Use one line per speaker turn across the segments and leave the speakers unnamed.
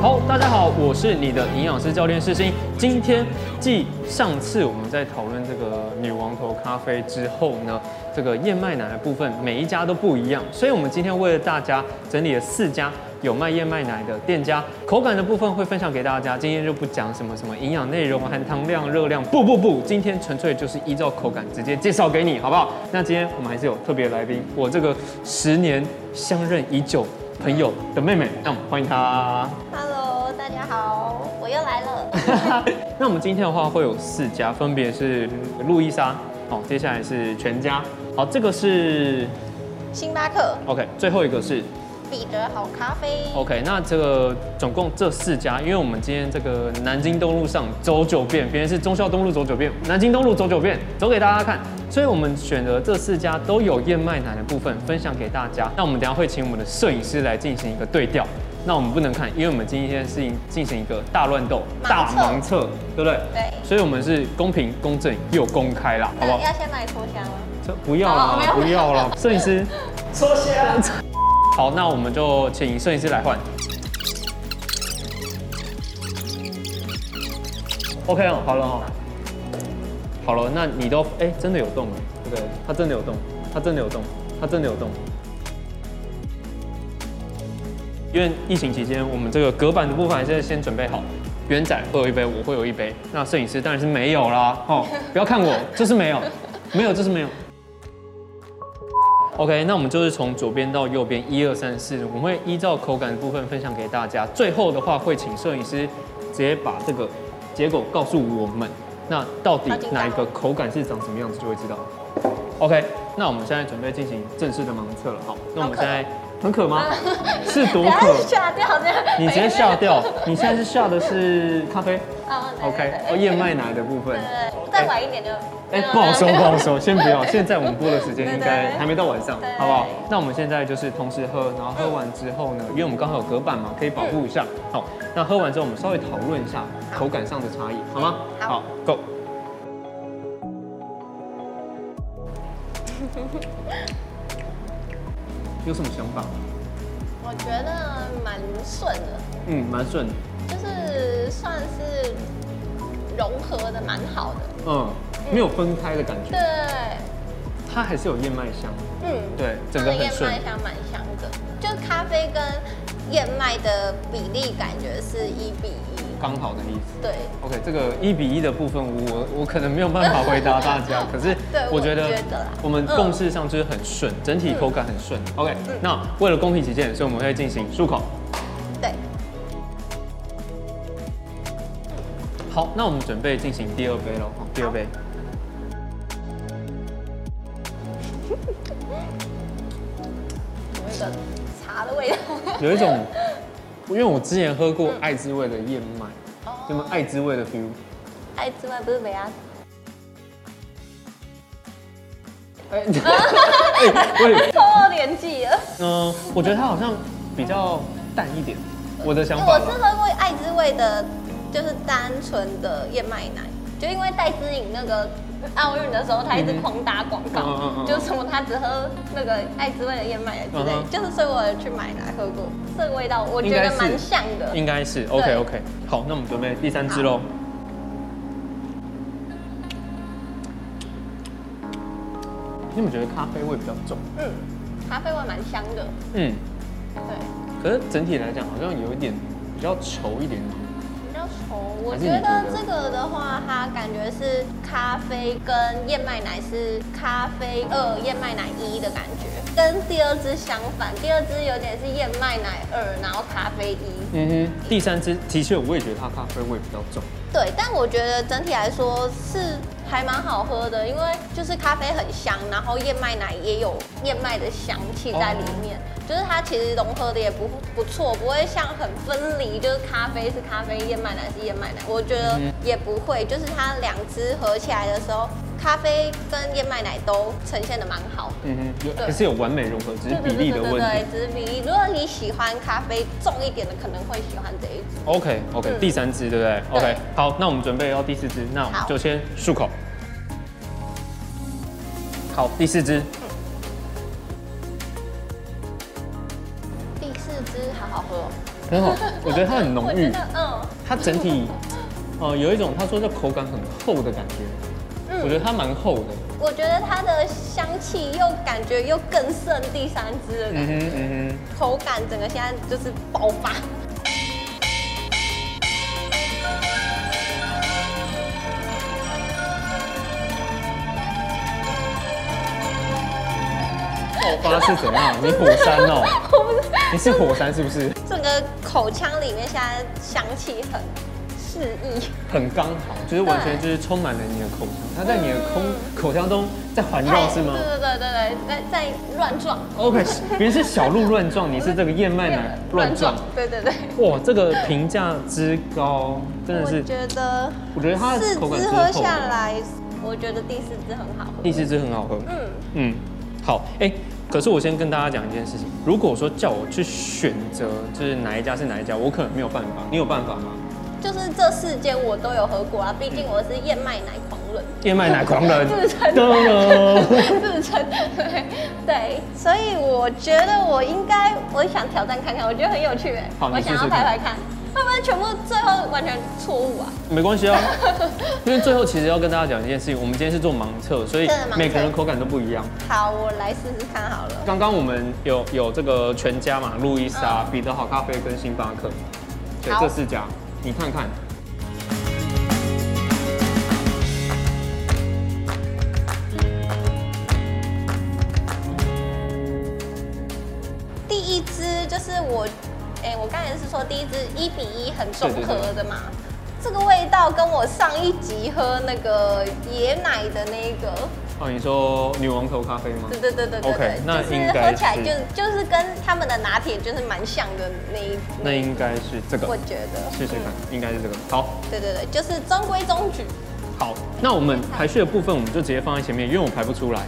好，大家好，我是你的营养师教练世新。今天继上次我们在讨论这个女王头咖啡之后呢，这个燕麦奶的部分每一家都不一样，所以我们今天为了大家整理了四家有卖燕麦奶的店家，口感的部分会分享给大家。今天就不讲什么什么营养内容、含糖量、热量，不不不，今天纯粹就是依照口感直接介绍给你，好不好？那今天我们还是有特别来宾，我这个十年相认已久。朋友的妹妹，那我们欢迎她。
Hello，大家好，我又来了。
那我们今天的话会有四家，分别是路易莎，好，接下来是全家，好，这个是
星巴克
OK，最后一个是
彼得好咖啡
OK。那这个总共这四家，因为我们今天这个南京东路上走九遍，别人是忠孝东路走九遍，南京东路走九遍，走给大家看。所以我们选择这四家都有燕麦奶的部分分享给大家。那我们等一下会请我们的摄影师来进行一个对调。那我们不能看，因为我们今天是进行一个大乱斗、
盲测
大盲测，对不对？
对
所以我们是公平、公正又公开啦，好
那
不好？
要先来脱香吗？
这不要啦
哎哦没，有
不要 啦，摄影师， 好，那我们就请摄影师来换。OK 哦，好了哦，好了，那你都哎、真的有动哎，对不对？它真的有动，它真的有动，它真的有动。因为疫情期间，我们这个隔板的部分还是先准备好。元仔会有一杯，我会有一杯。那摄影师当然是没有啦，哦，不要看我，就是没有，没有就是没有。OK，那我们就是从左边到右边，一二三四，我们会依照口感的部分分享给大家。最后的话，会请摄影师直接把这个结果告诉我们，那到底哪一个口感是长什么样子，就会知道。OK，那我们现在准备进行正式的盲测了，好，那我们现在很渴吗？啊 是 多
不
渴
要？吓掉这样。
你直接吓 掉， 你现在是吓的是咖啡
啊对对
，OK，
对
哦，燕麦奶的部分
对，。再晚一点就。
哎，不好说，不好说，先不要。现在我们播的时间
对
应该
对
还没到晚上
对，
好不好？那我们现在就是同时喝，然后喝完之后呢，因为我们刚好有隔板嘛，可以保护一下。好，那喝完之后我们稍微讨论一下口感上的差异，好吗？
好
，Go。有什么想法？
我觉得蛮顺的，
嗯，蛮顺的，
就是算是融合的蛮好的。
嗯，没有分开的感觉
对，，
它还是有燕麦香，
嗯，
对，整个
它的
很
燕
顺
麦。香蛮香的，就咖啡跟燕麦的比例感觉是一比一。
刚好的意思。
对，
OK，这个一比一的部分，我我可能没有办法回答大 家，可是
对
我觉得嗯
我觉得啦
我们共识上就是很顺，整体口感很顺。OK，那为了公平起见，所以我们会进行漱口。
对，
好，那我们准备进行第二杯喽，好第二杯。
有一个茶的 味道。
有一种，因为我之前喝过爱滋味的燕麦，有没有
哦
爱滋味的 feel？
爱之外不是美亚，
哎，哎喂，
透露年纪了。
嗯，我觉得它好像比较淡一点，我的想法
我是
啦。
喝过爱之味的，就是单纯的燕麦奶，就因为戴资颖那个奥运的时候，他一直狂打广告，
嗯嗯嗯嗯
就什么他只喝那个爱之味的燕麦奶之类，
嗯哼
就是所以我有去买来喝过，这个味道我觉
应该
得
是
蛮像的。
应该是 OK OK，好，那我们准备第三支喽。你们觉得咖啡味比较重？
嗯，咖啡味蛮香的，
嗯，
对，
可是整体来讲好像有一点比较稠一点点。
比较稠。我
还是
觉
你觉
得
得
这个的话，它感觉是咖啡跟燕麦奶是咖啡二燕麦奶一的感觉，跟第二支相反，第二支有点是燕麦奶二，然后咖啡一。
嗯哼，第三支的确我也觉得它咖啡味比较重。
对，但我觉得整体来说是还蛮好喝的，因为就是咖啡很香，然后燕麦奶也有燕麦的香气在里
哦
面，就是它其实融合的也不不错，不会像很分离，就是咖啡是咖啡，燕麦奶是燕麦奶，我觉得
嗯
也不会，就是它两支合起来的时候，咖啡跟燕麦奶都呈现的蛮好的。
嗯哼，有
对
还是有完美融合，只是
对
比例的问
对对对对
题。
对，只是比例。如果你喜欢咖啡重一点的，可能会喜欢这一支。
OK OK，、
嗯
第三支对不对
对
o k 好，那我们准备要第四支，那我们
好
就先漱口。好，第四支，
第四支好好喝哦、
很好，嗯我觉得它很浓
我觉
郁，
得嗯
它整体呃有一种他说叫口感很厚的感觉，
嗯，
我觉得它蛮厚的。
我觉得它的香气又感觉又更胜第三支的
嗯
感觉，
哼嗯哼。
口感整个现在就是爆发。
爆发是怎样？你火山 哦、
我不是
你是火山是不是？
整个口腔里面现在香气很适意，
很刚好，就是完全就是充满了你的口腔，它在你的空口腔中在环绕是吗
对对对对对，在在乱撞，
？OK，别人是小鹿乱撞，你是这个燕麦奶乱撞。，
对对对。
哇，这个评价之高，真的
我
是，
觉得
我觉得它的
四
口感
支
是
喝
厚
下
的。
来，我觉得第四支很好喝。
第四支很好喝，
嗯，
嗯，好，哎、可是我先跟大家讲一件事情，如果说叫我去选择，就是哪一家是哪一家，我可能没有办法，你有办法吗？
就是这四间我都有喝过啊，毕竟我是燕麦奶狂人。
燕麦奶狂人，
自称
噔
自称对对，所以我觉得我应该，我想挑战看看，我觉得很有趣哎，
好
我
你
想
试
要
试
拍
看
拍看，会不会全部最后完全错误啊？
没关系啊，因为最后其实要跟大家讲一件事情，我们今天是做盲测，所以
真的盲测嗯
每个人口感都不一样。
好，我来试试看好了。
刚刚我们有有这个全家嘛，路易莎、彼得好咖啡跟星巴克，对，
嗯好
这四家，你看看，
第一支就是我，哎、我刚才是说第一支一比一很中和的嘛，这个味道跟我上一集喝那个椰奶的那个，
哦，你说女王头咖啡吗？
对对对对对
OK，那
就
应
是
该
喝起来
是
就就是跟他们的拿铁就是蛮像的那一
那应该是这个
我，觉得
试试看
嗯，
应该是这个。好，
对对对，就是中规中矩。
好，那我们排序的部分我们就直接放在前面，因为我排不出来，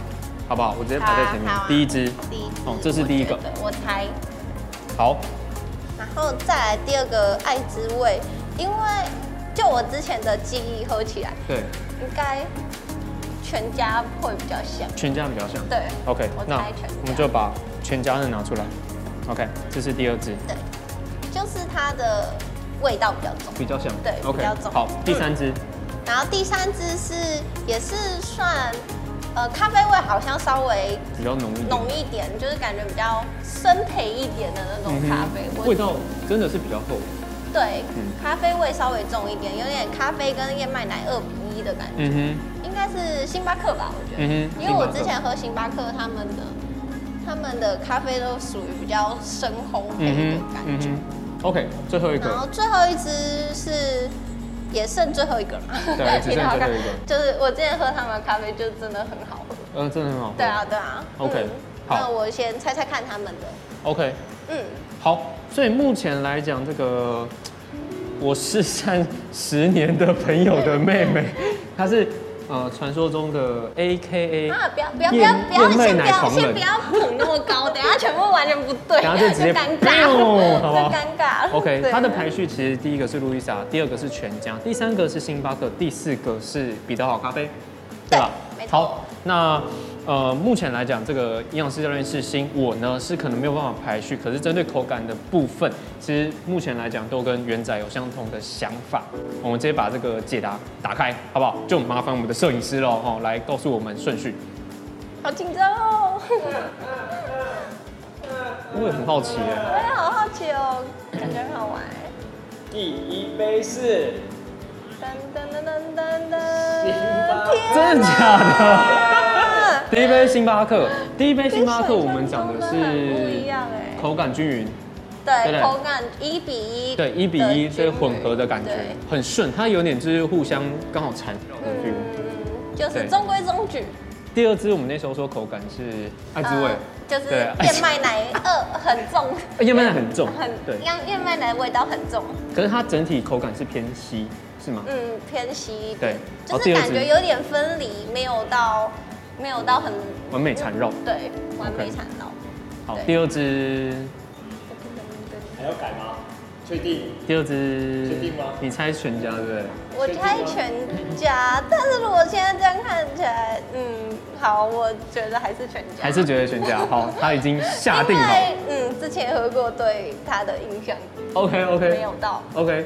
好不好？我直接排在前面
好啊好啊，
第一支，
第一支
哦这是第一个
我觉得我猜，
好，
然后再来第二个爱滋味，因为就我之前的记忆喝起来，
对，
应该全家会比较像。
全家比较像。
对
OK，
我
那
猜全家
我们就把全家的拿出来。OK，这是第二支，
对，就是它的味道比较重。
比较像。
对比
，OK，
较重
好，第
嗯
三支，
然后第三支是也是算，呃，咖啡味好像稍微
比较浓一点，
浓一点，就是感觉比较生培一点的那种
嗯哼
咖啡味。
味道真的是比较厚。
对
嗯，
咖啡味稍微重一点，有点咖啡跟燕麦奶二比一的感觉。
嗯
应该是星巴克吧，我觉得，
嗯哼
因为
星巴
我
克
之前喝星巴克他们的，他们的咖啡都属于比较深烘
嗯哼，
焙的感觉。
哼，OK，最后一
然后
个，
最后一支是，也剩最后一个了，
对只剩最 后一个
你的好看就是我之前喝他们的咖啡，就真的很好喝。
呃，真的很好喝。
对啊，对啊。
OK，好
那我先猜猜看他们的，
，OK，
嗯，
好，所以目前来讲，这个我失散十年的朋友的妹妹，她是呃传说中的 A K A，
啊，不要不要不要
燕
不要，
燕麦
先不
奶
要
狂
先
人
不要捧那么 高，等一下全部完全不对，
然后就直接
尴尬，
砰好不好
这尴尬。
OK，
对
它的排序其实第一个是路易莎，第二个是全家，第三个是星巴克，第四个是彼得好咖啡，对吧
对没？错
好，那呃，目前来讲，这个营养师教练是新，我呢是可能没有办法排序，可是针对口感的部分，其实目前来讲都跟元仔有相同的想法。我们直接把这个解答打开，好不好？就麻烦我们的摄影师喽，哦，来告诉我们顺序。
好紧张哦，
我也很好奇耶。
我也好好奇哦，感觉很好玩。
第一杯是
噔噔噔噔噔
星巴克
噔，
真的假
的？
第一杯星巴克，第一杯星巴克我们讲的
跟想象中的很不
是
一样哎
口感均匀，对不
对，
对
口感一比一，
对，一比一，所以混合的感觉
对
很顺，它有点就是互相刚好缠绕的 feel。
嗯，就是
对
中规中矩。
第二支我们那时候说口感是爱滋味
呃，就是
对
燕麦奶二很重，
呃 燕麦奶很重，
很
对，
燕燕麦奶味道很重，
可是它整体口感是偏稀，是吗？
嗯，偏稀一
对
点，，
哦
就
第
是
二
感
支
觉有点分离，没有到没有到很
完美缠绕。
对完美
OK
缠绕。
好，
对
第二支
还要改吗？确定？
第二支，
确定吗
你猜全家对不对？
我猜全家，但是如果现在这样看起来，嗯，好，我觉得还是全家。
还是觉得全 家好？他已经下定
因
好。
为嗯，之前喝过，对他的印象
OK
没
OK
有到。
OK，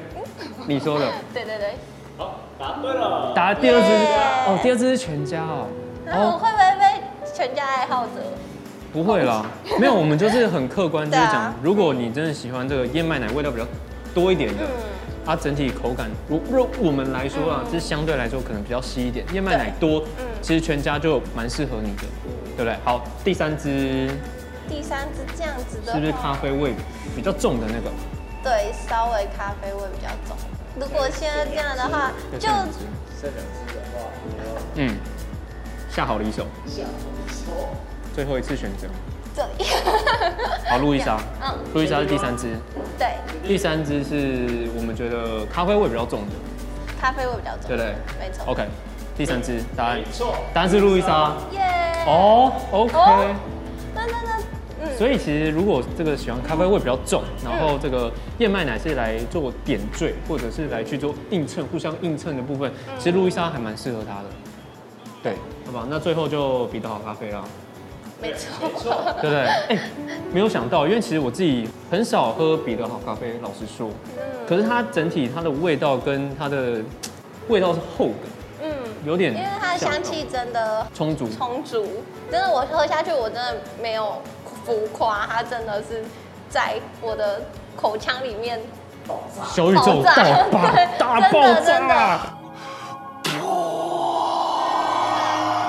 你 说的。哦
对对对，
好，答对了。
答第二支是
Yeah
哦，第二支是全家哦。
然后我
哦，
会不会被全家爱好者？
不会 啦，没有，我们就是很客观，就是
对
讲
啊，
如果你真的喜欢这个燕麦奶味道比较多一点的
嗯，，
它整体口感，如若我们来说啦，
嗯
就是相对来说可能比较稀一点，燕麦奶多
嗯，
其实全家就蛮适合你的，对不对？好，第三支
第三支这样子的话，
是不是咖啡味比较重的那个？
对，稍微咖啡味比较重。如果现在这样的话，
对
就
嗯这两支
这两只的话，我
嗯，下好离手，
想说，
最后一次选择。
这里。
好，路易莎，
嗯，
路易莎是第三支，
对，
第三支是我们觉得咖啡味比较重的。
咖啡味比较重，
对不哦对？
没错。
OK，第三支答案
没，错，
答案是路易莎。
耶。
哦，OK
哦。那那那，嗯，
所以其实如果这个喜欢咖啡味比较重，然后这个燕麦奶是来做点缀，或者是来去做映衬，互相映衬的部分，其实路易莎还蛮适合它的。
嗯
对，好吧，那最后就比得好咖啡啦，
没错，
没错，
对不对？哎，没有想到，因为其实我自己很少喝比得好咖啡，老实说，
嗯
可是它整体它的味道跟它的味道是厚的，
嗯，
有点
因为它的
像
香气真的
充足，
充足，真的我喝下去，我真的没有浮夸，它真的是在我的口腔里面
小宇宙
爆炸
大爆
对
大爆
真的真
炸
的！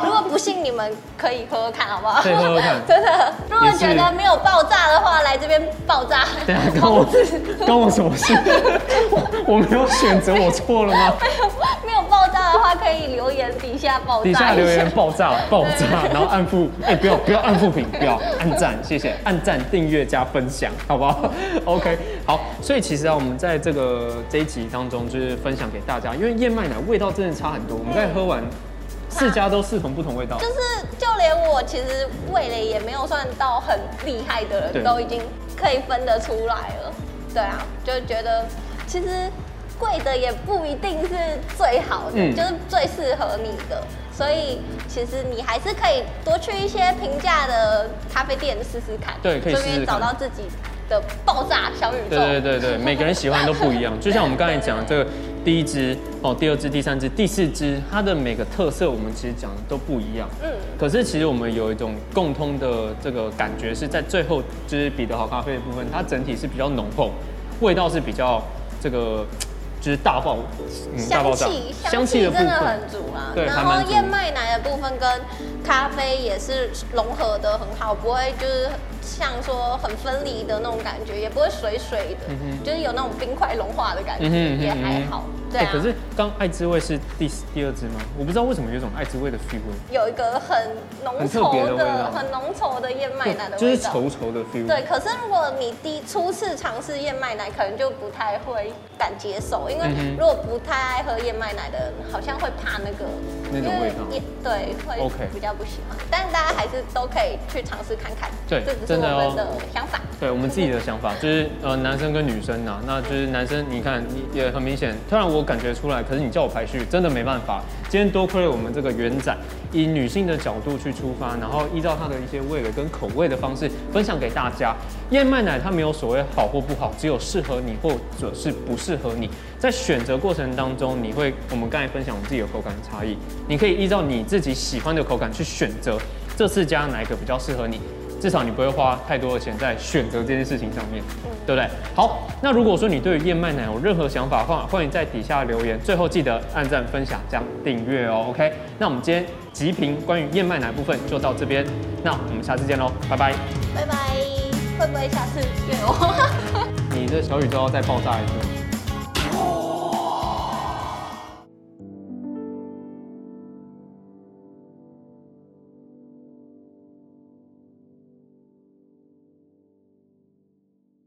如果不信，你们可以喝喝看，好不好？
可以喝喝看
真的，如果
也是
觉得没有爆炸的话，来这边爆炸。
等一下关啊 我关我什么事？ 我我没有选择，我错了吗？
没有没有爆炸的话，可以留言底下爆炸。
底下留言。爆 炸爆炸，然后按复哎、不要不要按复评，不要按赞，谢谢，按赞、订阅加分享，好不好 ？OK，好，所以其实啊，我们在这个这一集当中就是分享给大家，因为燕麦奶味道真的差很多，我们在喝完四家都四同不同味道
就，是就连我其实味蕾也没有算到很厉害的
对
人，都已经可以分得出来了。对啊，就觉得其实贵的也不一定是最好的，
嗯
就是最适合你的。所以其实你还是可以多去一些平价的咖啡店试试看，
对可以试试看
顺便找到自己的爆炸小宇宙。
对对对对，每个人喜欢都不一样。就像我们刚才讲的这个第一支哦，第二支、第三支、第四支，它的每个特色我们其实讲的都不一样。
嗯，
可是其实我们有一种共通的这个感觉，是在最后就是彼得好咖啡的部分，它整体是比较浓厚，味道是比较这个就是大爆，嗯，大
香
爆炸
气，香气
的
真
部
的
分
很足啦。
对还
然
蛮
后
足
燕麦奶的部分跟咖啡也是融合的很好，不会就是像说很分离的那种感觉，也不会水水的，就是有那种冰块融化的感觉，
嗯哼嗯哼
也还好。对
哎
啊，
可是刚爱滋味是第第二支吗？我不知道为什么有一种爱滋味的 feel，
有一个很浓
很特别
稠
的味道
很浓稠的燕麦奶的味道，
就是稠稠的 feel。
对，可是如果你第初次尝试燕麦奶，可能就不太会敢接受，因为
嗯哼
如果不太爱喝燕麦奶的人，好像会怕那个
那种
因为
味道
也对，
OK
会比较不喜欢。但大家还是都可以去尝试看看，
对
这只是
真的
我
哦
们的想法。
对我们自己的想法，就是呃，男生跟女生呐、那就是男生，你看你也很明显，突然我感觉出来，可是你叫我排序，真的没办法。今天多亏了我们这个元仔，以女性的角度去出发，然后依照她的一些味蕾跟口味的方式分享给大家。燕麦奶它没有所谓好或不好，只有适合你或者是不适合你。在选择过程当中，你会我们刚才分享我们自己的口感差异，你可以依照你自己喜欢的口感去选择这次加哪一个比较适合你。至少你不会花太多的钱在选择这件事情上面，对不对？好，那如果说你对于燕麦奶有任何想法的话，欢迎在底下留言。最后记得按赞、分享、加订阅哦。OK，那我们今天集评关于燕麦奶部分就到这边，那我们下次见喽，拜拜。
拜拜，会不会下次约我？
你的小宇宙要再爆炸一次。